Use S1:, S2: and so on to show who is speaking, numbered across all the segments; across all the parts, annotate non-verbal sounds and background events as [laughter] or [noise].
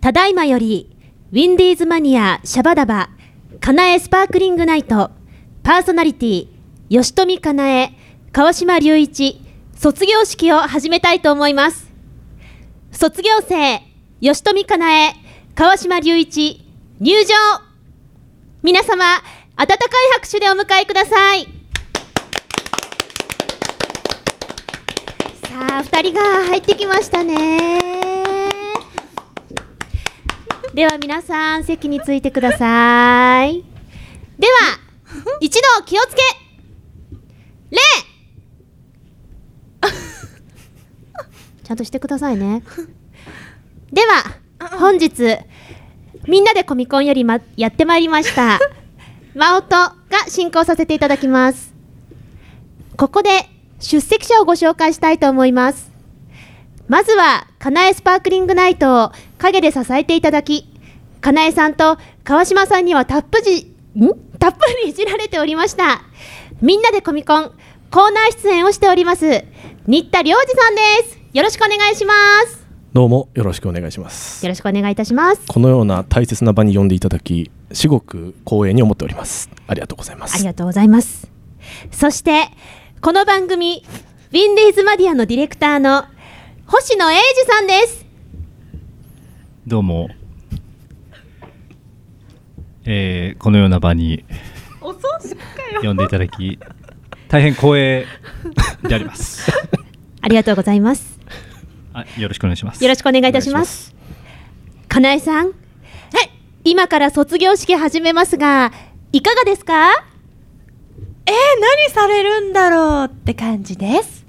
S1: ただいまより、ウィンディーズマニア、シャバダバ、カナエスパークリングナイト、パーソナリティ、吉富かなえ、川島隆一、卒業式を始めたいと思います。卒業生、吉富かなえ、川島隆一、入場皆様、温かい拍手でお迎えください。さあ、二人が入ってきましたね。では皆さん、席についてください。では、一度気をつけ礼ちゃんとしてくださいね。では、本日、みんなでコミコンより、ま、やってまいりました。マオトが進行させていただきます。ここで出席者をご紹介したいと思います。まずは、かなえスパークリングナイトを陰で支えていただき、かなえさんと川島さんにはたっぷり、んたっぷりいじられておりました。みんなでコミコン、コーナー出演をしております、新田良二さんです。よろしくお願いします。
S2: どうもよろしくお願いします
S1: よろしくお願いいたします。
S2: このような大切な場に呼んでいただき至極光栄に思っておりますありがとうござい
S1: あ
S2: ま
S1: り
S2: す
S1: がとうございます。そして、この番組、ウィンディーズマディアのディレクターの星野英二さんです。
S3: どうも、えーこのような場に呼んでいただき大変光栄であ
S1: [laughs]
S3: ります
S1: ありがとうございます。
S3: あよろしくお願いします
S1: よろしくお願いいたします。かなえさん、今から卒業式始めますが、いかがですか
S4: えー、何されるんだろうって感じです。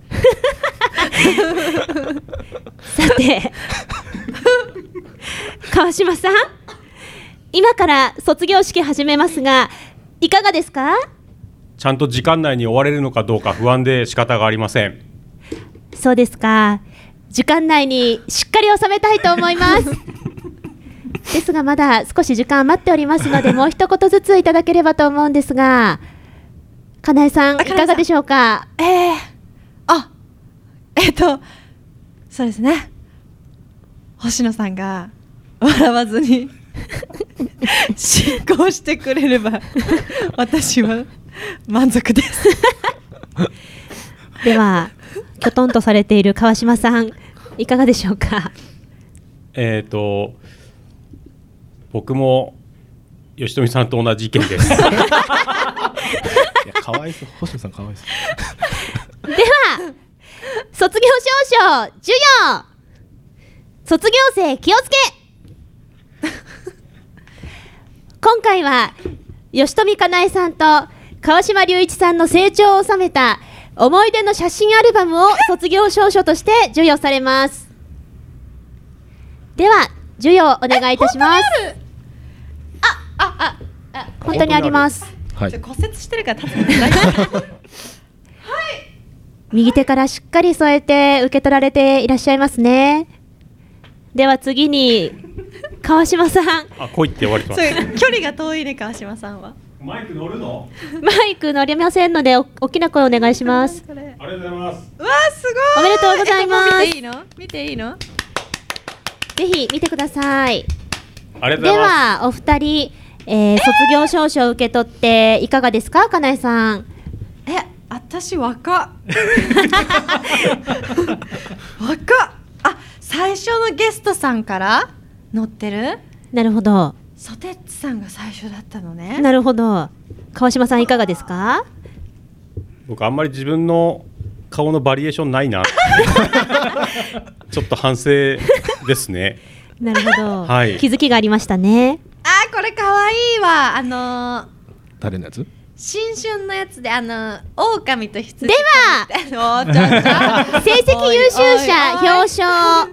S1: [laughs] さて、川島さん、今から卒業式始めますが、いかがですか
S5: ちゃんと時間内に終われるのかどうか不安で仕方がありません
S1: そうですか。時間内にしっかり収めたいと思い
S4: [laughs]
S1: ます。ですがまだ少し時間余っております
S4: [laughs]
S1: ので、もう一言ずついただければと思うんですが、かなえさん、い
S4: あかなえさん
S1: かがでしょうか。
S4: えー、あえっ、とそうですね星野さんが笑わ
S1: [laughs]
S4: ずに進行してくれれば私は満足です。
S1: では、きょとんとされている川島さん、いかがでしょうか。
S5: えっ、と僕も吉富さんと同じ意見です
S2: いやかわいそう星野さんかわいそう
S1: では、卒業証書授与卒業生気をつけ [laughs] 今回は、吉富かなえさんと川島隆一さんの成長を収めた思い出の写真アルバムを卒業証書として授与されます。では、授与お願いいたします。あ、あ、あ、本当にあります。
S2: は
S4: ちょ
S2: い
S4: 骨折してるから立つの辛い
S1: [laughs] 右手からしっかり添えて受け取られていらっしゃいますねでは次に川島さん
S5: あ来いって言われてます
S4: そう距離が遠いね川島さんは。
S5: マイク乗るの
S1: マイク乗れませんのでお大きな声お願いします
S4: これ
S5: ありがとうございます
S4: うわーすごい。
S1: おめでとうございます
S4: えもう見ていいの？見ていいの？
S1: ぜひ見てください
S5: ありがとう
S1: で
S5: ございます
S1: はお二人、えー卒業証書を受け取っていかがですかかなえさん
S4: え私 [laughs] 若っ若っあ最初のゲストさんから乗ってる
S1: なるほど
S4: ソテッチさんが最初だったのね
S1: なるほど川島さんいかがですか
S5: 僕あんまり自分の顔のバリエーションないなちょっと反省ですね
S1: なるほど、
S5: はい
S1: 気づきがありましたね
S4: あこれかわいいわあのー
S2: 誰のやつ
S4: 新春のやつであのー狼と羊
S1: では
S4: は成
S1: 成績優秀者表彰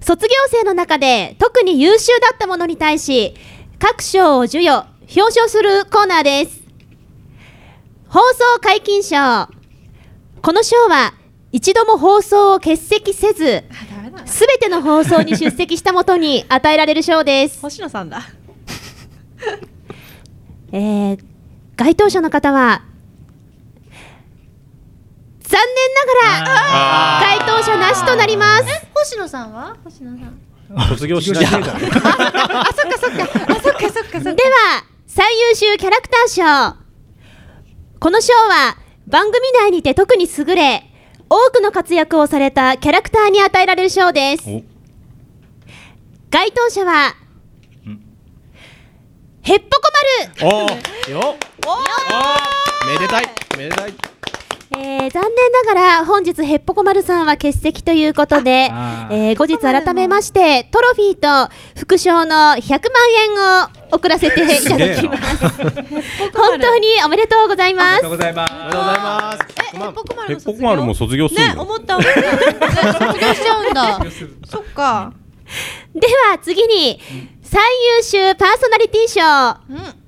S1: 卒業生の中で特に優秀だったものに対し各賞を授与表彰するコーナーです放送解禁賞この賞は一度も放送を欠席せず
S4: あダメだな
S1: すべての放送に出席したもとに与えられる賞です
S4: [laughs] 星野さんだ
S1: えー該当者の方は残念ながら該当者なしとなります
S4: 星野さんは星野さん
S5: 卒業しない
S3: 卒業し
S5: だ
S3: な
S5: ろ
S4: あそっかそっかあそっかそっかそっ
S1: では最優秀キャラクター賞この賞は番組内にて特に優れ多くの活躍をされたキャラクターに与えられる賞です
S3: お
S1: 該当者は
S3: うん
S1: へっぽこ丸、
S5: おーよ
S2: めでたいめでたい
S1: えー残念ながら本日へっぽこ丸さんは欠席ということで、
S3: あー
S1: えー後日改めましてトロフィーと副賞の100万円を送らせていただきます本当におめでとうござい
S3: あり
S1: ま
S3: が
S1: す
S3: とうございます。
S2: ありがとうございます
S4: えヘッポコマ
S5: ヘ
S4: ル
S5: ッ
S4: の
S5: ポ
S4: 卒
S5: コマル
S4: 業
S5: も卒業する
S4: ね
S5: の
S4: 思った思ったね卒業しちゃうんだそっか
S1: では次に最優秀パーソナリティ賞
S4: うん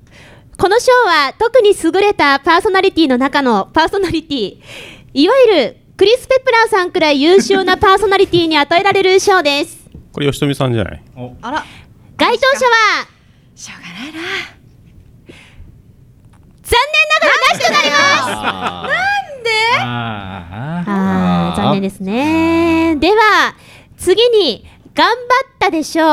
S1: この賞は特に優れたパーソナリティの中のパーソナリティいわゆるクリス・ペプラーさんくらい優秀なパーソナリティに与えられる賞です
S5: これ吉富さんじゃない
S3: お
S4: あら
S1: 該当者は
S4: しょうがないな
S1: 残念ながらなしとなります
S3: あー
S1: あー残念ですねでは次に頑張ったでしょ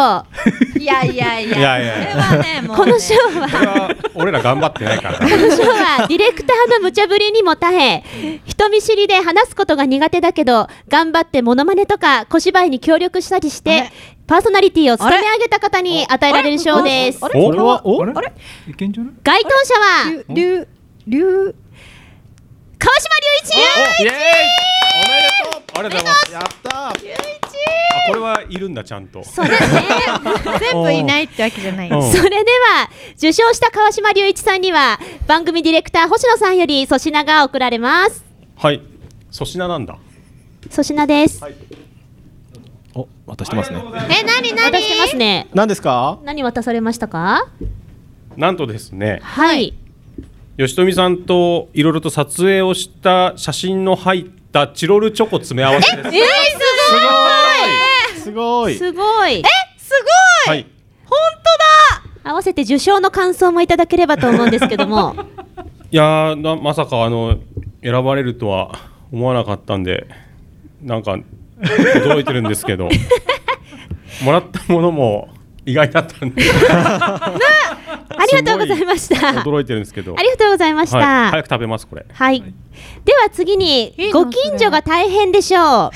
S1: う
S4: いやいやいや
S5: いやいやいや
S4: これはねもうね
S1: この賞は [laughs]
S5: これは俺ら頑張ってないからな
S1: この賞はディレクターの無茶ぶりにも耐え人見知りで話すことが苦手だけど頑張ってモノマネとか小芝居に協力したりし
S4: あ
S1: て
S4: れ
S1: パーソナリティを務め上げた方に与えられる賞です
S4: あれ
S5: お
S2: これはお
S3: あれいけんじゃない
S1: 該当者は
S4: 龍龍
S1: 川島隆一
S2: イエーイおめでと
S5: ありがとうございます
S2: うやったー
S5: あこれはいるんだちゃんと
S1: そうですね
S4: 全部いないってわけじゃない
S5: うん
S1: それでは受賞した川島隆一さんには番組ディレクター星野さんより粗品が贈られます
S5: はい粗品なんだ
S1: 粗品です、
S2: お渡してますね
S4: え何何
S1: 渡してますね
S2: 何ですか
S1: 何渡されましたか
S5: なんとですね
S1: はい
S5: 吉富さんといろいろと撮影をした写真の入ったチロルチョコ詰め合わせです
S1: えー、すごいす
S2: すごい
S1: ごいえ
S4: すご
S5: は
S4: い
S5: い
S4: 本
S1: 合わせて受賞の感想もいただければと思うんですけど
S5: [laughs]
S1: も
S5: いやーなまさかあの選ばれるとは思わなかったんでなんか驚いてるんですけ
S1: [laughs]
S5: どもらったものも意外だったんで
S1: ありがとうございましたあ
S5: 驚いてるんですけど
S1: りがとうございました
S5: はい、
S1: は
S5: 早
S1: い、
S5: く食べますこれ
S1: では次に
S4: いいな
S1: ご近所が大変でし
S4: [laughs]
S1: ょ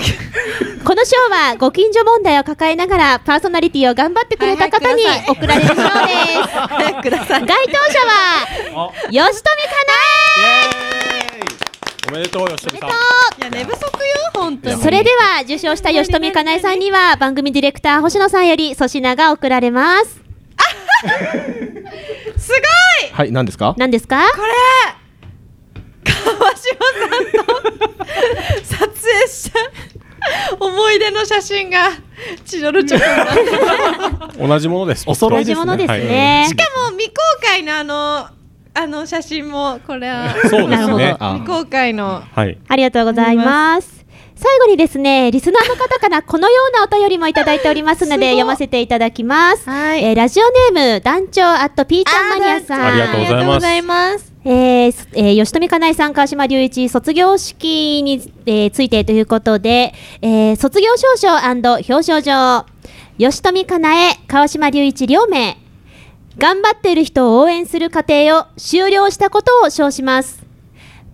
S1: うこの賞はご近所問題を抱えながらパーソナリティを頑張ってくれた方に
S4: はいはい
S1: 贈られ
S4: [laughs]
S1: る賞です
S4: 当だください
S1: 該当者は吉富か
S5: おめでとう吉富さん
S4: いや寝不足よ本当
S1: な
S4: に
S1: それでは受賞した吉富かなえさんには番組ディレクター星野さんより粗品が贈られます
S4: すごい
S2: はい何ですか
S1: 何ですか
S4: これ川島さんと [laughs] 撮影した思い出の写真がチロルチョコになってる
S5: 同じものです
S2: お揃
S1: 同
S2: い
S1: じ
S2: です
S1: も
S2: ね
S1: のです
S5: は
S1: ね、
S4: しかも未公開のあのあの写真もこれは
S5: そうです
S1: なる
S5: ね
S1: ほ
S2: あ
S4: 未公開の
S5: はい
S1: ありがとうございます。最後にですね、リスナーの方からこのようなお便りもいただいておりますの
S4: すご
S1: で、
S4: い
S1: 読ませていただきます。
S4: はい
S1: えーラジオネーム、団長、アットピーちゃんマニアさん。
S5: ありがとうございます
S4: ます
S1: えーすえー吉富かなえさん、川島隆一、卒業式に、えーついてということで、えー卒業証書表彰状、吉富かなえ、川島隆一両名、頑張っている人を応援する過程を終了したことを称します。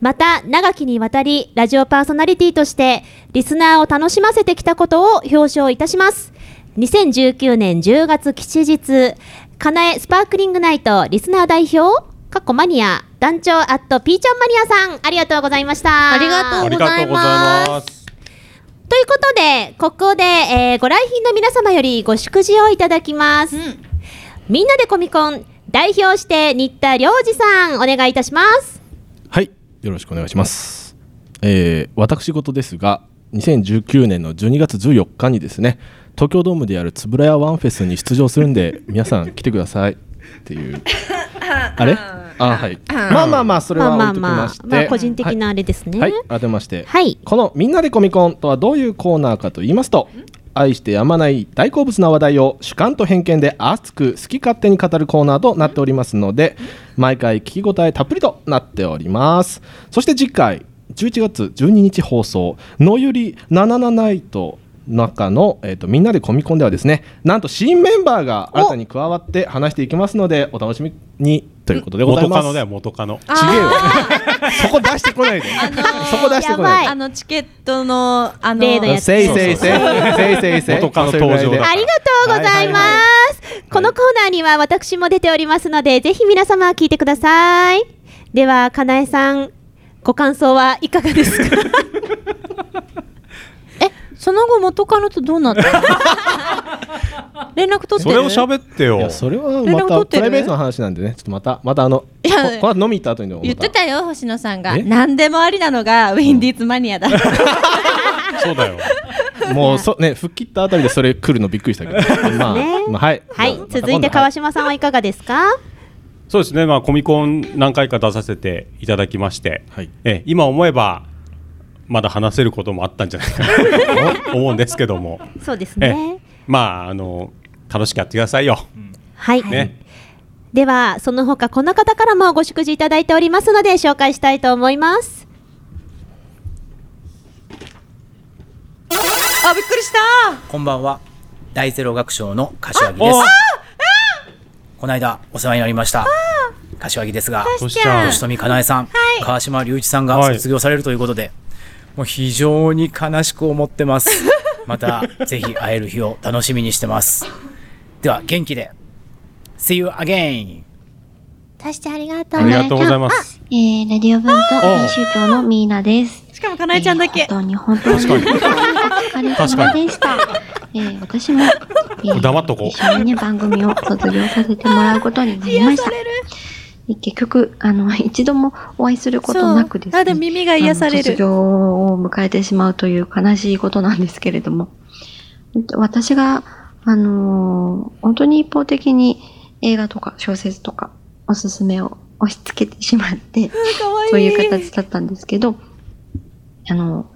S1: また、長きにわたり、ラジオパーソナリティとして、リスナーを楽しませてきたことを表彰いたします。2019年10月吉日、かなえスパークリングナイトリスナー代表、かっこマニア、団長アットピーちゃんマニアさん、ありがとうございました。
S4: ありがとう
S5: ありがとうございます
S1: ということで、ここで、えーご来賓の皆様よりご祝辞をいただきます。
S4: ん
S1: みんなでコミコン、代表して新田良二さん、お願いいたします。
S2: はい、よろしくお願いします。えー私事ですが、2019年の12月14日にですね、東京ドームでやるつぶらやワンフェスに出場するんで、皆さん来てくださいっていう。あれ？あ、はい。まあまあまあそれは置いときまして、
S1: まあ個人的なあれですね。
S2: はい、はい改めまして、
S1: はい
S2: このみんなでコミコンとはどういうコーナーかと言いますと。愛してやまない大好物な話題を主観と偏見で熱く好き勝手に語るコーナーとなっておりますので毎回聞き応えたっぷりとなっておりますそして次回11月12日放送「のゆり77ナイト中の、えー、とみんなでコミコンではですねなんと新メンバーが新たに加わって話していきますのでお楽しみにということでござい
S5: 元
S2: ま
S5: カ
S2: す
S5: ノだよ元カノ
S4: あー
S2: ちげえよ
S5: [laughs]
S2: そこ出してこないで、そこ出してこ
S1: やば
S2: ない
S1: い
S4: あのチケットのあの
S1: 例の
S2: で
S1: やつ
S2: せいせいせいせいせいせい
S5: 元カノ登場だ
S1: ありがとうございます、このコーナーには私も出ておりますのでぜひ皆様聞いてくださいではかなえさんご感想はいかがですか
S4: [laughs] えその後元カノとどうなったの連絡取ってる
S5: それを喋ってよ
S2: いやそれは
S4: 連
S2: ま
S4: 絡取ったて
S2: プ
S4: る
S2: ライベートの話なんでねちょっとまたまたあのこ
S4: いや
S2: この後飲み行った後にでもま
S4: 言ってたよ星野さんが
S2: え
S4: 何でもありなのがウィンディーズマニアだ
S5: そうだよ
S2: もうそね吹っ切ったあたりでそれ来るのびっくりしたけどまあ、
S1: ね
S2: まあ、はい
S1: はい
S2: まあまた今度
S1: 続いて川島さんはいかがですか、
S5: そうですねまあコミコン何回か出させていただきまして、
S2: はい
S5: え今思えばまだ話せることもあったんじゃないかな
S2: [laughs]
S5: と思うんですけども
S1: そうです
S5: え
S1: ね
S5: えまああの楽しくやってくださいよ、
S1: はい、
S5: ね
S1: ではその他この方からもご祝辞いただいておりますので紹介したいと思います
S4: あびっくりした
S6: こんばんは。大ゼロ学賞の柏木です。この間お世話になりました。柏木ですが、
S5: そしちゃん
S6: 吉富かなえさん、川島隆一さんが
S5: はい
S6: 卒業されるということで、もう非常に悲しく思ってます。またぜひ会える日を楽しみにしてます。では元気で。See you again!
S7: タシちゃんありがとう
S5: ありがとうございます
S7: えー、ラディオ文と編集長のミーナです。
S4: しかもかなえちゃんだけ、
S7: えー本当に本当にお疲れ様でした。えー、私も、えー
S5: 黙っとこう
S7: 一緒にね、番組を卒業させてもらうことになりました。で結局、あの、一度もお会いすることなくです
S4: そうあでも
S7: ね、
S4: 耳が癒され
S7: あの卒
S4: る
S7: 業を迎えてしまうという悲しいことなんですけれども、本当私が、あのー本当に一方的に映画とか小説とかおすすめを押し付けてしまって、
S4: かわいい
S7: そういう形だったんですけど、あの、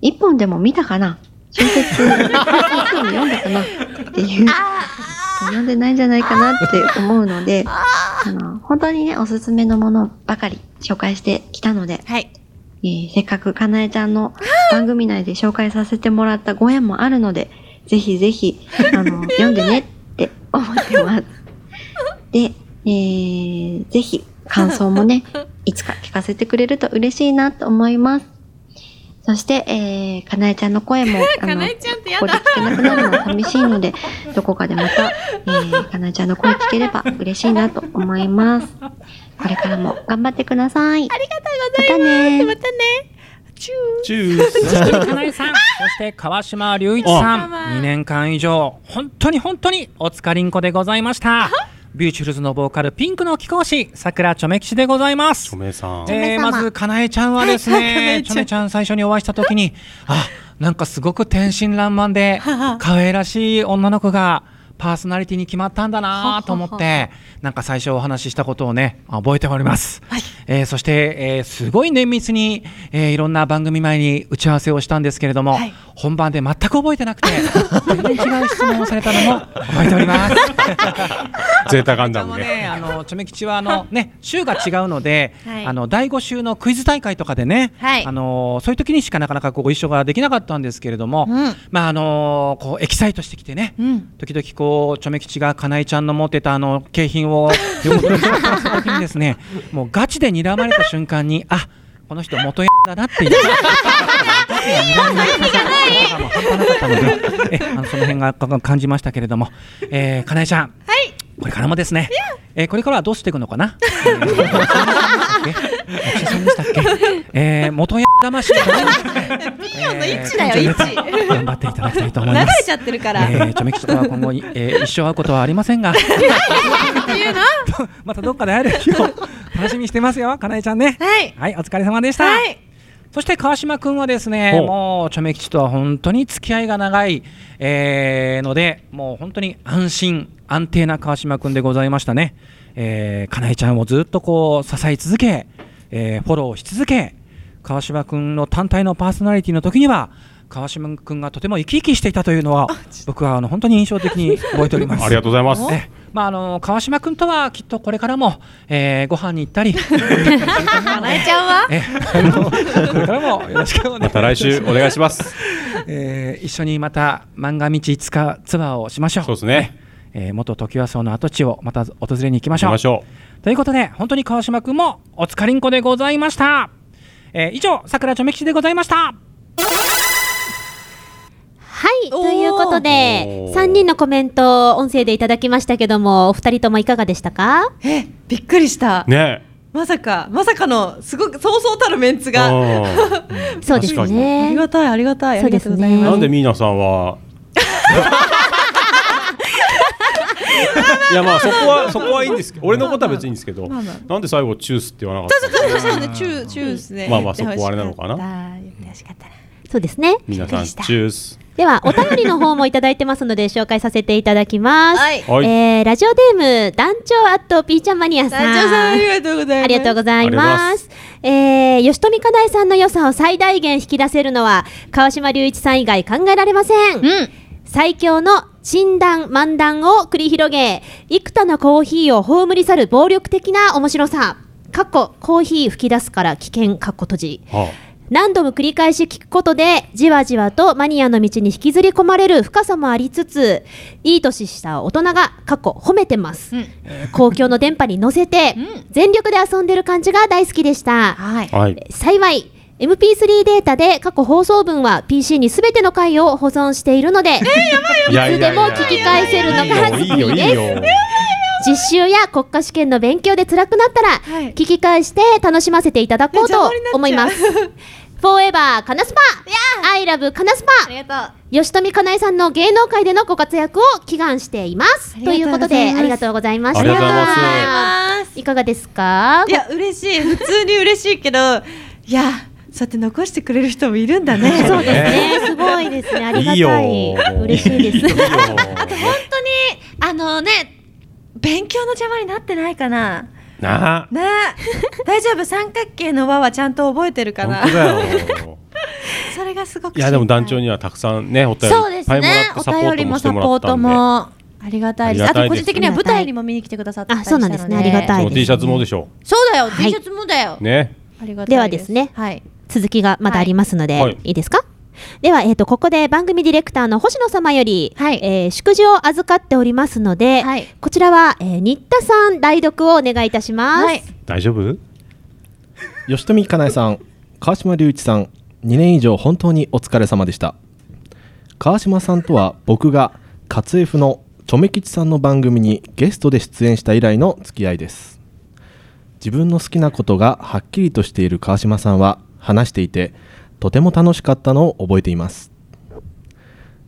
S7: 一本でも見たかな小説、一本読んだかなっていう、読んでないんじゃないかなって思うので、あの、本当にね、おすすめのものばかり紹介してきたので、
S4: はい
S7: えーせっかくかなえちゃんの番組内で紹介させてもらったご縁もあるので、ぜひぜひ、
S4: [laughs]
S7: あの、読んでねって思ってます。で、えーぜひ感想
S4: [laughs]
S7: もね、いつか聞かせてくれると嬉しいなと思います。そして、えー、かなえちゃんの声
S4: [laughs]
S7: も、あの、
S4: か
S7: こ
S4: なえちゃんってや
S7: こで
S4: だ
S7: 聞けなくなるのは寂しい
S4: [laughs]
S7: ので、どこかでまた、えー、かなえちゃんの声聞ければ嬉しいなと思います。これからも頑張ってください。ありがとうございます。またね
S4: またねチュー
S5: チュース
S8: そしてかなえさん、そして川島隆一さん、2年間以上、本当に本当にお疲れんこでございました。ビューチュルズのボーカル、ピンクの貴公子、さくらちょめきちでございます
S5: お。めえさん
S8: えー、まず、かなえちゃんはです
S4: はいかなえ
S8: ね、
S4: ちゃん
S8: ちょめちゃん最初にお会いしたときに、あ、なんかすごく天真爛漫で、可愛らしい女の子が、パーソナリティに決まったんだなと思って、なんか最初お話ししたことをね、覚えております。えーそして、えーすごい綿密に、えーいろんな番組前に打ち合わせをしたんですけれども、
S4: はい
S8: 本番で全く覚えてなくて、全然違う質問をされたのも覚えております。
S4: [laughs]
S5: ゼータガンダ
S8: で
S5: ム
S8: も
S5: ね
S8: ね、あのチョメ吉はあのね週が違うので、
S4: はい
S8: あの第5週のクイズ大会とかでね、
S4: はい
S8: あのそういう時にしかなかなかこうご一緒ができなかったんですけれども、
S4: うん
S8: まああのこうエキサイトしてきてね、
S4: うん
S8: 時々こうチョメ吉がかなえちゃんの持ってたあの景品を横取りした時にで
S4: [laughs]
S8: すね、もうガチで睨まれた瞬間にあこの人元だなっていう。ガチで睨まれた瞬間も半端なかったの [laughs] で、えあのその辺が感じましたけれども、えー、かなえちゃん。
S4: はい
S8: これからもですね。えーこれからはどうしていくのかな。 [laughs] えー役者さんでしたっけ役者さんでしたっけ。 [laughs] えー、元や魂だな。
S4: ピーヨンの位置だよ位置
S8: 頑張っていただきたいと思
S4: 流
S8: い
S4: れ
S8: ます。
S4: ちゃってるから、
S8: えー、ちょめきちとは今後に、えー、一生会うことはありません
S4: い
S8: が、
S4: うの
S8: [laughs] またどっかで会える日を楽しみにしてますよ、かなえちゃんね。
S4: はい
S8: はい、お疲れ様でした。
S4: はい
S8: そして川島君はですね、
S5: ほう
S8: もうチョメ吉とは本当に付き合いが長い、えーので、もう本当に安心、安定な川島君でございましたね。えー、かなえちゃんをずっとこう支え続け、えーフォローし続け、川島君の単体のパーソナリティの時には、川島君がとても生き生きしていたというのは、僕はあの本当に印象的に覚えておりま
S5: [laughs]
S8: す。
S5: ありがとうございます
S8: ねまああの川島君とはきっとこれからも、えー、ご飯に行った
S4: [laughs]
S8: り、
S4: かなえちゃんは
S8: えあのこれからもよろしくお願い
S5: ま
S8: いたします
S5: た来週お願いし [laughs] ます。
S8: えー一緒にまた漫画道つかツアーをしましょう
S5: そうですね。
S8: えー元時和荘の跡地をまた訪れに行きま
S5: 行
S8: し
S5: き
S8: ょう
S5: ましょ
S8: ということで本当に川島君もお疲れんこでございました、えー以上さくらちょめきちでございました
S1: はい、
S4: おー
S1: ということで
S5: お、ー
S1: 3人のコメントを音声でいただきましたけども、お二人ともいかがでしたか
S4: えびっくりした
S5: う。ね
S4: まさかまさかのすごくそうそうたるメンツ
S5: え。
S4: があ
S5: う
S1: そうです
S5: 確か
S4: り
S1: ね。
S4: がたいありがたいあ
S1: そうで
S4: りが
S1: す
S4: と
S1: ね
S4: うござい
S5: ん
S4: ま
S5: な
S4: す
S5: んでミーナさんは。いやまあそこはそこはいいんですけど、俺のことは別にいいんですけど、
S4: まあまあ
S5: なんで最後チュースって言わなかったの。
S4: そうそうねチューチューですね
S5: まあまあそこはあれなのかな
S4: 言ってほしかった言ってほしかっ
S1: そうですね。
S5: 皆
S4: びっく
S5: さん
S4: り
S5: チ
S4: した
S5: ュース。
S1: では、お便りの方もいただいてますので、紹介させていただきます。
S4: はい
S5: はい
S1: えーラジオネーム、団長アットピーちゃんマニアさ
S4: た
S1: ん。
S4: 団長さんありがとうございます
S1: ありがとうございま。
S5: ありがとうございます
S1: えー、吉富かなえさんの良さを最大限引き出せるのは、川島隆一さん以外考えられません。
S4: うん
S1: 最強の珍談、漫談を繰り広げ、幾多のコーヒーを葬り去る暴力的な面白さ。かっこ、コーヒー吹き出すから危険、かっこ閉じ。
S5: は
S1: 何度も繰り返し聞くことでじわじわとマニアの道に引きずり込まれる深さもありつついい年した大人が過去褒めてます、
S4: うん
S1: えー公共の電波に乗せて、
S4: うん
S1: 全力で遊んでる感じが大好きでした
S4: はい
S5: あはい。
S1: 幸い MP3 データで過去放送分は PC に全ての回を保存しているので、
S5: いやいやいや
S1: いつでも聞き返せるのが
S5: いいよいいよいいよ。
S1: 実習や国家試験の勉強で辛くなったら、
S4: はい
S1: 聞き返して楽しませていただこう
S4: ね邪
S1: と
S4: 魔になっちゃう
S1: 思います。フォーエバーカナスパアイラブカナスパ
S4: ありがとう
S1: 吉富かなえさんの芸能界でのご活躍を祈願しています。
S4: あり
S1: と
S4: がと
S1: いう
S4: う
S1: こ
S4: ござ
S1: と
S4: います
S1: で、ありがとうございました。
S5: ありがとうございます
S4: ます
S1: いかがですか
S4: いや嬉しい普通に嬉しいけどいやそうやって残してくれる人もいるんだね
S1: [laughs] そうですね。すごいですね。あり
S5: いい
S1: が
S5: よ
S1: たい。。嬉しいです。
S5: よ
S4: 本当にあのね勉強の邪魔になってないかな
S5: なあ。
S4: ね大丈夫三角形の輪はちゃんと覚えてるかな
S5: 本当だよ。
S4: それがすごく
S5: いやでも団長
S4: に
S5: にはたくさんねお便り
S4: そうですね
S5: いっぱいもらって
S4: お便りもサポート
S5: サポートもしてもらっ
S4: もありがたいです
S5: あ
S4: あ
S5: りがた
S4: と
S5: い
S4: 個
S5: です
S4: 人的には舞台にも見に来てくださったり
S1: あ、そうなんですね。ありが
S5: た
S1: た
S5: ん
S1: い
S5: で。そ
S1: です。
S5: う T シャツもでしょ
S4: そうだよ、
S1: はい
S4: T シャツもだよ、
S5: ね。
S4: ありがたい
S1: ではですね
S4: はい
S1: 続きがまだありますので、
S5: はいい、
S1: いですかでは、えー、とここで番組ディレクターの星野様より、
S4: はい
S1: えー祝辞を預かっておりますので、
S4: はい
S1: こちらは、えー、新田さん代読をお願いいたします。
S4: はい
S5: 大丈夫？
S2: 吉富かなえさん川島隆一さん2年以上本当にお疲れ様でした川島さんとは僕が活 F のチョメ吉さんの番組にゲストで出演した以来の付き合いです自分の好きなことがはっきりとしている川島さんは話していてとても楽しかったのを覚えています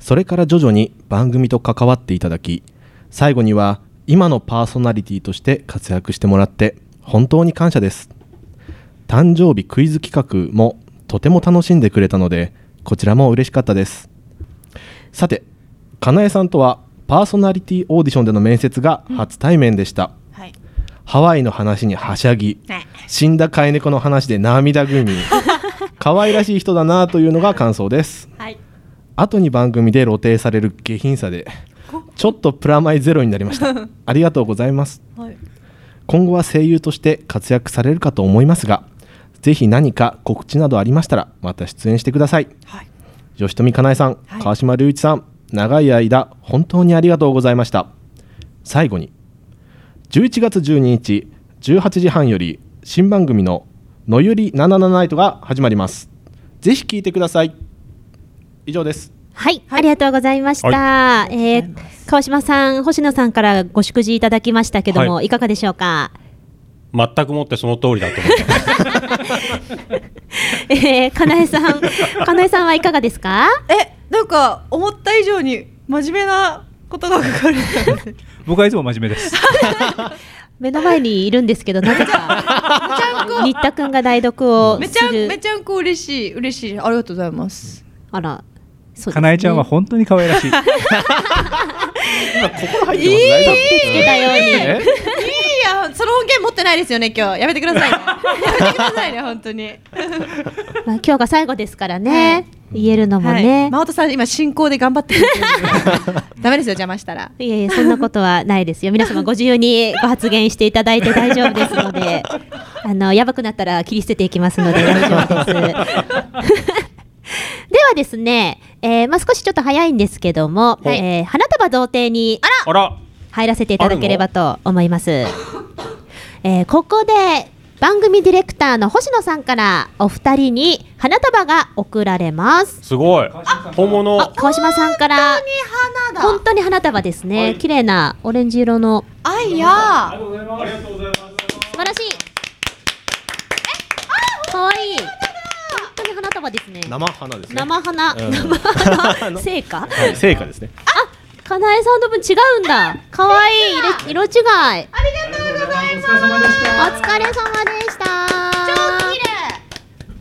S2: それから徐々に番組と関わっていただき最後には今のパーソナリティとして活躍してもらって本当に感謝です誕生日クイズ企画もとても楽しんでくれたのでこちらも嬉しかったですさてかなえさんとはパーソナリティオーディションでの面接が初対面でした、
S4: はい
S2: ハワイの話にはしゃぎ
S4: ね
S2: 死んだ飼い猫の話で涙ぐみ可愛らしい人だなというのが感想です
S4: はい
S2: 後に番組で露呈される下品さでちょっとプラマイゼロになりましたありがとうございます
S4: はい
S2: 今後は声優として活躍されるかと思いますがぜひ何か告知などありましたらまた出演してください
S4: はい
S2: 吉富かなえさん、
S4: はい
S2: 川島隆一さん長い間本当にありがとうございました最後に11月12日18時半より新番組の「のゆり77ナイト」が始まりますぜひ聞いてください以上です
S1: はい、ありがとうございました。えー川島さん、星野さんからご祝辞いただきましたけども、、
S5: はい
S1: かがでしょうか。 [laughs]
S5: 全くもってその通りだと思って。 [laughs]
S1: えー、かなえさ
S3: [laughs]
S1: ん、かなえさんはいかがですか。
S4: えなんか思った以上に真面目なことが書かれてたん [laughs] で
S3: 僕はいつも真面目です。
S1: 目の前にいるんですけど、なぜか
S4: [laughs] めちゃんこ
S1: 新田くんが代読を
S4: めちゃ
S1: す
S4: ん
S1: る
S4: め。ちゃんこ嬉しい嬉しいありがとうございます
S1: あら、そうですね
S3: かなえちゃんは本当に可愛らしい。
S2: 入ってます大丈
S1: つ
S2: 夫
S1: けたように。
S2: え
S4: いやその本件持ってないですよね今日やめ [laughs] てくださいねやめてくださいね本当に
S1: まあ、今日が最後ですからね、言えるのも
S4: はい、
S1: ね、
S4: 真音さん今進行で頑張ってるんですけ [laughs] どダメですよ邪魔したら
S1: い、やいやそんなことはないですよ皆様ご自由にご発言していただいて大丈夫ですの
S4: [laughs]
S1: であのやばくなったら切り捨てていきますので大丈夫です。 [laughs] ではですね、えーまあ、少しちょっと早いんですけども、
S5: はい
S1: えー花束贈呈に
S5: あら
S1: 入らせていただければと思います。えーここで番組ディレクターの星野さんからお二人に花束が贈られます。
S5: すごい本物
S1: あ、川島さんから
S4: 花
S1: 本当に花束ですね。綺麗なオレンジ色の
S4: あいや
S1: 素晴らしい。可愛いい。本当に花束ですね。
S2: 生花ですね
S1: 生花、
S2: うん
S1: 生
S2: [laughs]
S1: 花、成果。
S2: はい成果ですね
S1: かなえさんと分違うんだ。可愛いい色色違い。ありがとうございます。お疲れ様でした。超綺麗。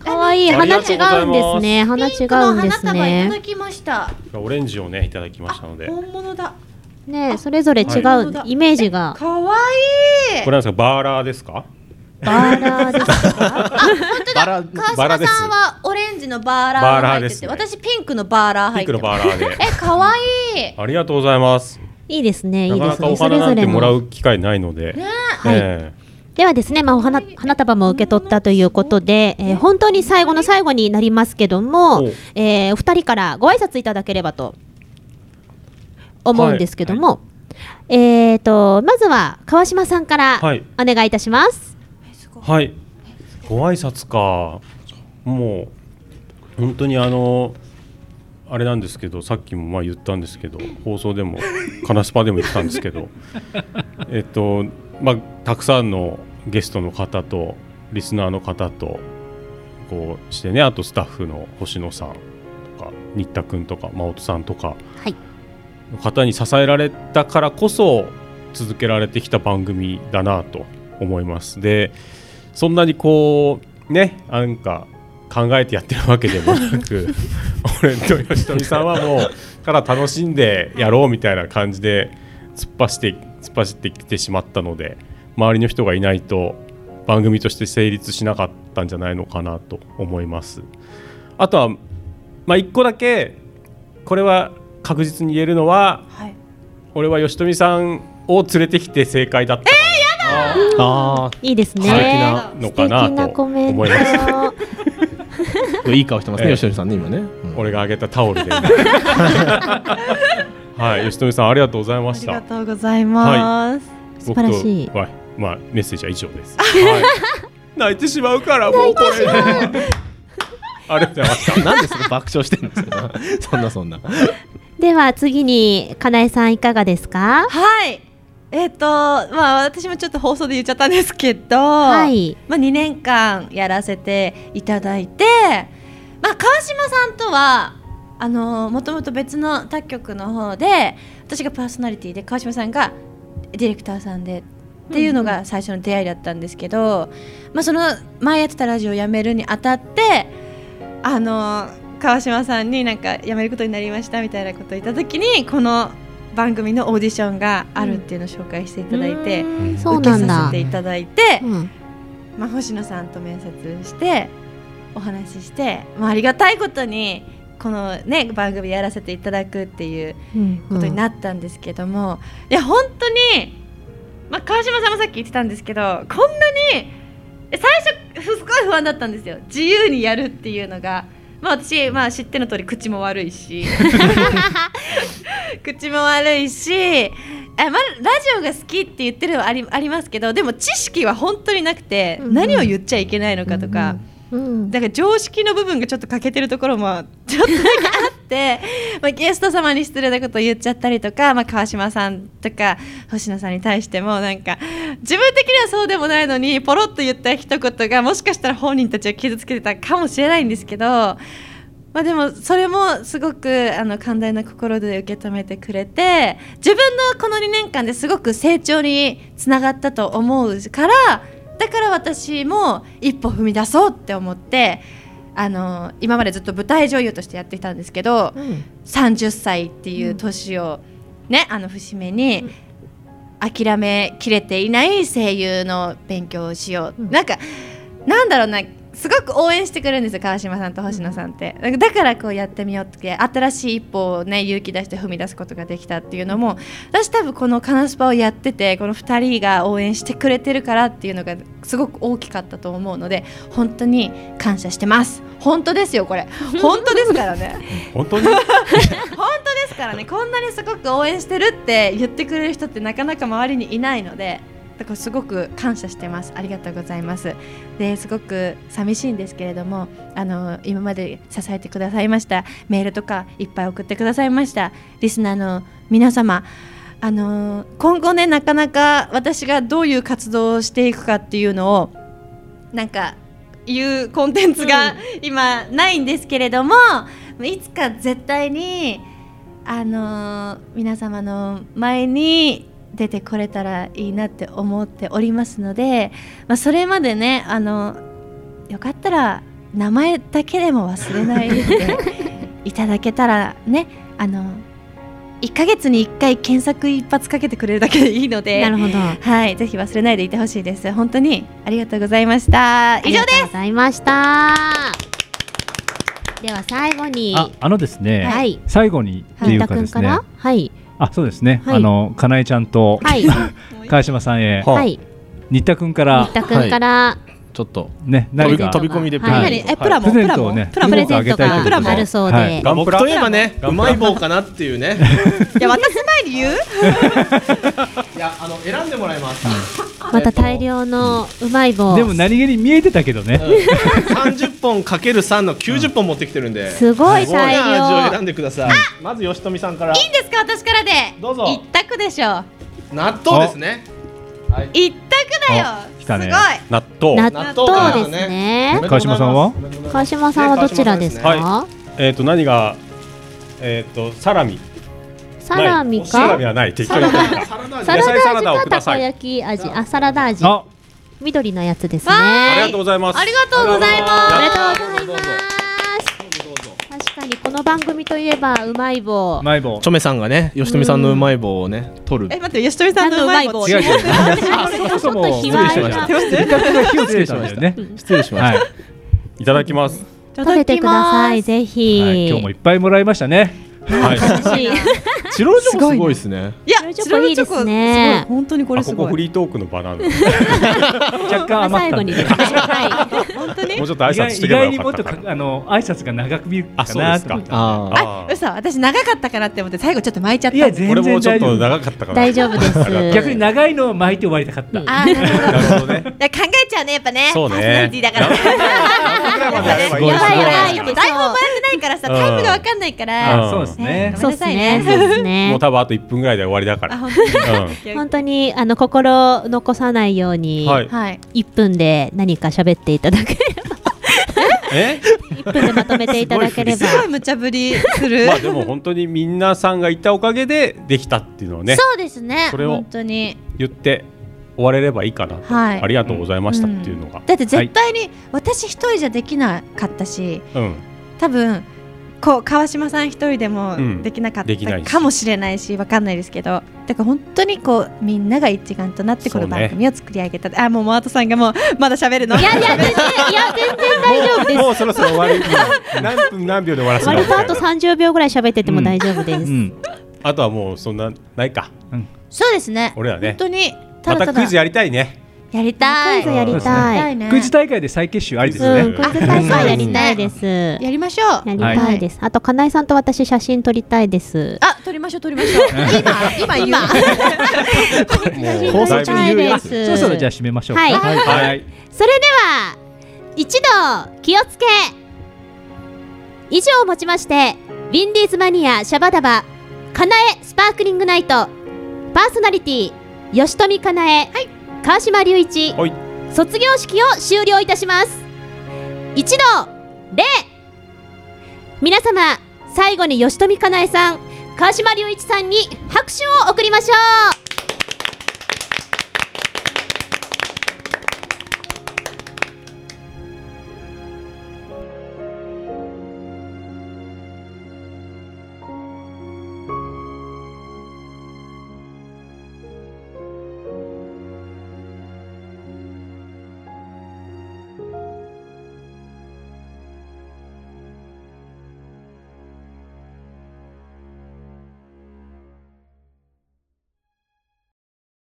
S1: 可愛いい
S5: あり
S1: 花
S5: がとうございます
S1: 違うんですね。花違うんですね。
S4: きました
S5: オレンジをねいただきましたのでこ
S4: 本物だ
S1: ね、それぞれ違
S5: は
S1: うイメージが
S4: かわいい
S5: れなんですかバーラーですか
S1: バーラーです
S5: [laughs]
S1: か。
S2: バラ
S5: バラです
S4: はオレンジのバー
S5: バーラーですね
S4: ピンクのバーラー
S5: ピンクのバーラーで
S4: えかわいい
S5: ありがとうございます
S1: いいですね。い
S5: ないか
S1: で
S5: な
S1: す
S5: か
S1: ね。
S5: お
S1: それ
S5: 花な
S1: ぞ
S5: ん
S1: れ
S5: てもら
S1: の。
S5: う機会ないので
S1: い
S5: ええ
S1: ではですね、まあ、お花花束も受け取ったということで、えー本当に最後の最後になりますけども
S5: お、
S1: えーお二人からご挨拶いただければと思うんですけども、えー、とまずは川島さんから
S5: はい
S1: お願いいたします。
S5: はい。ご挨拶か。もう本当にあのあれなんですけど、さっきもまあ言ったんですけど、放送でもカナスパでも言ったんですけど、 [laughs] えっとまあたくさんのゲストの方とリスナーの方とこうしてね、あとスタッフの星野さんとか新田くんとか真音さんとか
S1: はい
S5: の方に支えられたからこそ続けられてきた番組だなと思います。でそんなにこうねなんか考えてやってるわけでもなく俺と吉富さんはもうから楽しんでやろうみたいな感じで突っ走って突っ走ってきてしまったので周りの人がいないと番組として成立しなかったんじゃないのかなと思います。あとはまあ一個だけこれは確実に言えるのは
S4: はい
S5: 俺は吉富さんを連れてきて正解だったかな
S2: あ
S1: いいですね。
S5: 素敵なの
S1: 素
S5: か
S1: 敵
S5: な
S1: な
S5: と
S1: コメント。
S5: 思います。
S2: あいい顔してますね
S5: ええ
S2: 吉野さんね今ねうん
S5: 俺があげたタオルで。はい、吉富さんありがとうございま
S4: あ
S5: し
S4: り
S5: た。
S4: がとうございます、
S1: 素晴らしい
S5: 僕とはい、まあメッセージは以上です。はい泣いてしまうからもうこれ。ありがとうございました。
S2: なんですか爆笑してるんですか [laughs] そんなそんな
S1: では次にかなえさんいかがですか。
S4: はいえっ、とまあ私もちょっと放送で言っちゃったんですけど
S1: はい。
S4: まあ、2年間やらせていただいて、まあ、川島さんとはあのもともと別の他局の方で私がパーソナリティで川島さんがディレクターさんでっていうのが最初の出会いだったんですけど、まあ、その前やってたラジオを辞めるにあたってあの川島さんになんか辞めることになりましたみたいなことを言った時にこの番組のオーディションがあるっていうのを紹介していただいて、
S1: うんそう
S4: 受
S1: な
S4: け
S1: ん
S4: させ
S1: だ
S4: て。いただいて。
S1: うん
S4: まあ、星野さんと面接してお話しして、まあ、ありがたいことにこの、ね、番組やらせていただくっていう
S1: うんう
S4: ことに
S1: ん
S4: なったんですけども、いや本当に、まあ、川島さんもさっき言ってたんですけどこんなにえ最初ふすごい不安だったんですよ自由にやるっていうのが。まあ、私、まあ、知っての通り口も悪い
S1: [laughs]
S4: し口も悪いしえ、まあ、ラジオが好きって言ってるのはありありますけどでも知識は本当になくて、
S1: うんうん
S4: 何を言っちゃいけないのかとか、
S1: うん
S4: だから常識の部分がちょっと欠けてるところも [laughs] ちょっとなんかあって、 [laughs] まあ、ゲスト様に失礼なことを言っちゃったりとか、まあ、川島さんとか星野さんに対してもなんか自分的にはそうでもないのにポロッと言った一言がもしかしたら本人たちを傷つけてたかもしれないんですけど、まあ、でもそれもすごくあの寛大な心で受け止めてくれて自分のこの2年間ですごく成長につながったと思うから。だから私も一歩踏み出そうって思ってあの今までずっと舞台女優としてやってきたんですけど
S1: うん
S4: 30歳っていう年を、ねあの節目に諦めきれていない声優の勉強をしよう、
S1: うん
S4: なんかなんだろうなすごく応援してくるんですよ川島さんと星野さんってだからこうやってみようって新しい一歩をね勇気出して踏み出すことができたっていうのも私多分この「カナスパ」をやっててこの2人が応援してくれてるからっていうのがすごく大きかったと思うので本当に感謝してます本当ですよこれ本当ですからね
S5: 本当に
S4: 本当ですからねこんなにすごく応援してるって言ってくれる人ってなかなか周りにいないのでだからすごく感謝してますありがとうございますですごく寂しいんですけれどもあの今まで支えてくださいましたメールとかいっぱい送ってくださいましたリスナーの皆様あの今後ねなかなか私がどういう活動をしていくかっていうのをなんかいうコンテンツが今ないんですけれども、いつか絶対にあのー皆様の前に出てこれたらいいなって思っておりますので、まあ、それまでねあのよかったら名前だけでも忘れないでいただけたらねあの1ヶ月に1回検索一発かけてくれるだけでいいので
S1: なるほど。
S4: はい、ぜひ忘れないでいてほしいです本当にありがとうございました以上
S1: ありが
S4: で
S1: とうございました。では最後に、
S3: ああのですね、
S1: はい
S3: 最後にってい
S1: 飯
S3: う
S1: 田
S3: か
S1: く
S3: で
S1: ん
S3: す
S1: か
S3: ね
S1: ら、はい、
S3: あそうですね、
S1: はい
S3: あのかなえちゃんと
S1: はい、
S3: 川島さんへ
S5: はあ
S1: はい、
S3: 新田君か
S1: 飯
S3: ら
S1: 田くんから
S2: ちょっと
S3: ね何か
S2: 飛び込みで
S1: はい
S3: はい
S4: 何えプラモ
S3: プレゼントをね
S4: プラモ
S1: プ
S4: プ
S1: レ
S4: ラモ
S1: ゼントがあるそうで、
S3: はい
S5: ガンプ
S2: 僕
S5: ラ
S2: といえばねうまい棒かなっていうね [laughs]
S4: いや渡す前に言う
S2: いやあの選んでもらいます
S1: また大量のうまい棒、
S3: でも何気に見えてたけどね、
S2: 30本かける3の90本持ってきてるんで、
S1: すごい
S2: すごい
S1: 大
S2: 味を
S1: 量
S2: 選んでくださいまず吉富さんから
S4: いいんですか私からで
S2: どうぞ
S4: 一択でしょ
S2: 納豆ですねはい
S4: 一択だよ
S3: あ来たね
S4: すごい
S5: 納豆
S1: 納
S2: 納
S1: 豆です
S2: 豆
S1: ね
S3: 川島さんは
S1: 川島さんはどちらですか、
S5: ね川えっと何がえっとサラミ
S1: サラミ
S5: ないサラミ
S1: か
S5: はない適当に
S2: サラダ
S1: サ
S5: 野
S1: ラ
S5: 菜サ
S1: ダ
S5: ラダを
S1: 味かた
S5: くだ
S1: こ
S5: さい
S1: 焼き味あサラダ味
S3: あ
S1: 緑のやつです
S4: わ
S5: ありが
S1: ね
S5: とうございます
S4: ありがとうございます
S1: お
S5: あ
S1: め
S5: り
S1: でと
S5: が
S1: うございます確かにこの番組といえばうまい棒
S3: マイボ
S2: チョメさんがね吉富さんのうまい棒をね取る
S4: え待って吉富さんのうまい
S3: [laughs]
S4: 棒
S3: 違う違う
S1: ちょっと卑
S2: 失礼し
S1: 猥
S2: ま
S1: な
S2: した
S3: 新田君が火をつけたんだよね
S2: 失礼しました、
S3: はい、
S5: いただきます
S1: 食べてくださいぜひ、
S3: はい、今日もいっぱいもらいましたね
S5: はい
S1: い
S2: チロルチョコすごいですね
S4: いや
S1: 白いチョコ
S4: 白いチョ
S1: いいで
S4: コ
S1: すね
S4: すごい本当にこれ
S5: あ
S4: す
S5: ここ
S4: ご
S5: フ
S4: い
S5: リートークの場なんで
S3: 若 [laughs] 干余
S1: 最
S3: った
S1: 後
S3: ん
S1: に
S3: で
S1: ですねはい
S4: 本当に
S5: もうちょっと挨
S3: 意外
S5: 拶して
S3: 意
S5: けば
S3: 外に
S5: よ
S3: もっ
S5: かっ
S3: と
S5: た
S3: か
S5: か
S3: あの挨拶が長く見るか
S5: あそう
S3: な
S5: で
S3: と
S5: す
S3: 思っ
S5: か
S3: て
S2: あー
S5: あー
S4: 嘘私長かったかなって思って最後ちょっと巻いちゃった
S3: いや全
S5: 俺も
S3: 然
S5: ちょっ
S3: 大丈
S5: と
S3: 夫
S5: 長かったから
S1: 大丈夫
S5: [laughs]
S1: です
S3: 逆に長いのを巻いて終わりたかった、
S4: あーなるほど
S5: なるほどね
S4: だから考えちゃうねやっぱね
S5: そうね
S4: パーソナリティだから
S5: 何分ぐらいまであればいい
S1: や
S5: の
S1: ばいやばい
S4: 台本もやってないからさ
S5: うん
S4: タイムがわかんないから
S3: あそうですね
S4: ね
S1: そうですね
S4: ごめんな
S1: そ
S4: さいね
S1: うですね
S5: もう多分あと1分ぐらいで終わりだから
S4: あ本当に
S5: うん
S1: 本当にあの心を残さないよう [laughs] に、
S5: はい
S4: はい
S1: 一1分で何か喋っていただけれ
S5: え
S1: ば1分でまとめていただければ
S4: すごい無茶ぶりする
S5: まあでも本当にみんなさんがいたおかげでできたっていうのをね
S4: そうですね
S5: それを
S4: 本当に
S5: 言って終われればいいかなと
S4: はい
S5: ありがとうございましたっていうのが
S4: だって絶対に私一人じゃできなかったし
S5: うん
S4: 多分こう川島さん一人でも
S5: うん
S4: できなかっ
S5: できな
S4: た
S5: いし
S4: かもしれないしわかんないですけどだから本当にこうみんなが一丸となってこの
S5: そうね
S4: 番組を作り上げた、あもうモアトさんがもうまだ喋るの
S1: いやいや全然いや全然大丈夫です
S5: もうそろそろ終わり何分何秒で終わらせ
S1: 割とあと
S5: る
S1: 30秒ぐらい喋ってても大丈夫です、
S3: うん、
S5: あとはもうそんなないか
S4: そうですね
S5: 俺らね
S4: 本当にた
S5: また
S4: だただ
S5: クイズやりたいね
S4: やりたい
S1: クイズやりたい、
S4: いね
S3: クイズ大会で再結集ありです
S1: う
S3: ね、
S1: ん、クイズ大会やりたいです。や
S4: やりましょう
S1: りたいです。あと、金井さんと私、写真撮りたいです。
S4: あ撮りましょう撮りまし
S5: [laughs]
S4: ょう今今言う
S1: 写真
S5: 放
S1: 撮り
S5: 送中
S1: たい
S3: 言う
S1: で
S3: や
S1: す。
S3: そろそろじゃあ締めましょうか
S1: はい
S3: はい、
S1: それでは一同気をつけ以上をもちましてウィンディーズマニアシャバダバかなえスパークリングナイトパーソナリティ吉富かなえ、川島隆一
S5: はい
S1: 卒業式を終了いたします一同礼皆様最後に吉富かなえさん川島隆一さんに拍手を送りましょう